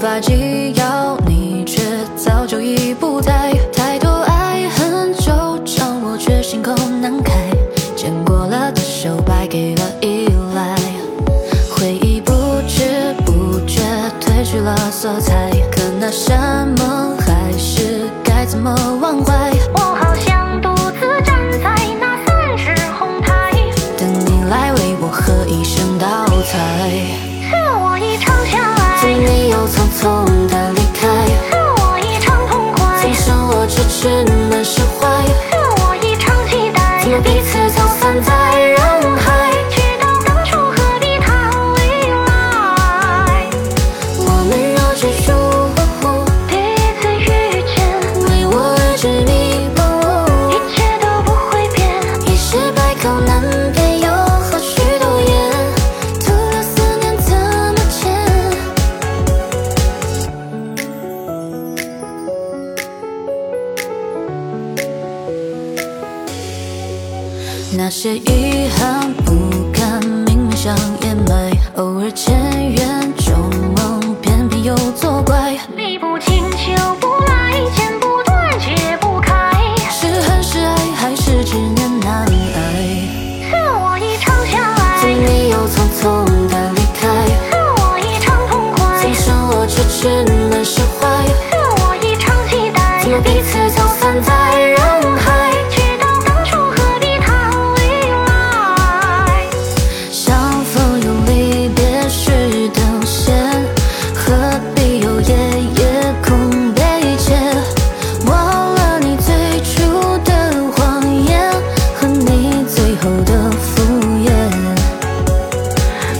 打击，要你却早就已不在。太多爱恨纠缠，我却心口难开。见过了的手，败给了依赖。回忆不知不觉褪去了色彩，可那扇门还是该怎么忘怀？我好像独自站在那三尺红台，等你来为我喝一声倒彩。是我一场相祝爱，你又匆匆的离开，是我一场痛快，总是剩我痴痴难释怀，我一场期待。将彼此走散在人海。知道当初何必谈未来，我们若只属第一次遇见，为我而执迷不悟，一切都不会变。一时百口难辩，又何须多言？徒留思念怎么解？那些遗憾不甘，明明想掩埋，偶尔前缘种梦，偏偏又作怪。你不请求不来，剪不断解不开，是恨是爱，还是执念难挨？是我一场相祝爱，你又匆匆的离开，是我一场痛快，总是剩我痴痴难释怀，我一场期待。将彼此走散在人海。知道当初何必谈未来，相逢有离别是等闲，何必又夜夜空悲切？忘了你最初的谎言和你最后的敷衍。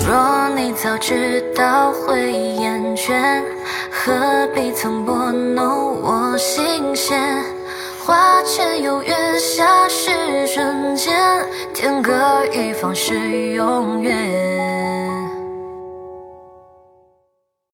若你早知道会厌倦，何必曾拨弄我心弦？花前有月下是瞬间，天各一方是永远。